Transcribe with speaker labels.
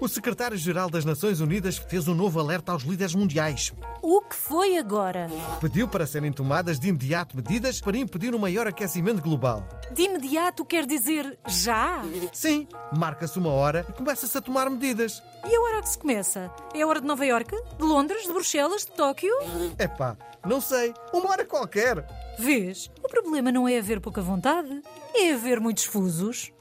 Speaker 1: O secretário-geral das Nações Unidas fez um novo alerta aos líderes mundiais.
Speaker 2: O que foi agora?
Speaker 1: Pediu para serem tomadas de imediato medidas para impedir um maior aquecimento global.
Speaker 2: De imediato quer dizer já?
Speaker 1: Sim, marca-se uma hora e começa-se a tomar medidas.
Speaker 2: E a hora que se começa? É a hora de Nova Iorque? De Londres? De Bruxelas? De Tóquio?
Speaker 1: Epá, não sei, uma hora qualquer.
Speaker 2: Vês? O problema não é haver pouca vontade, é haver muitos fusos.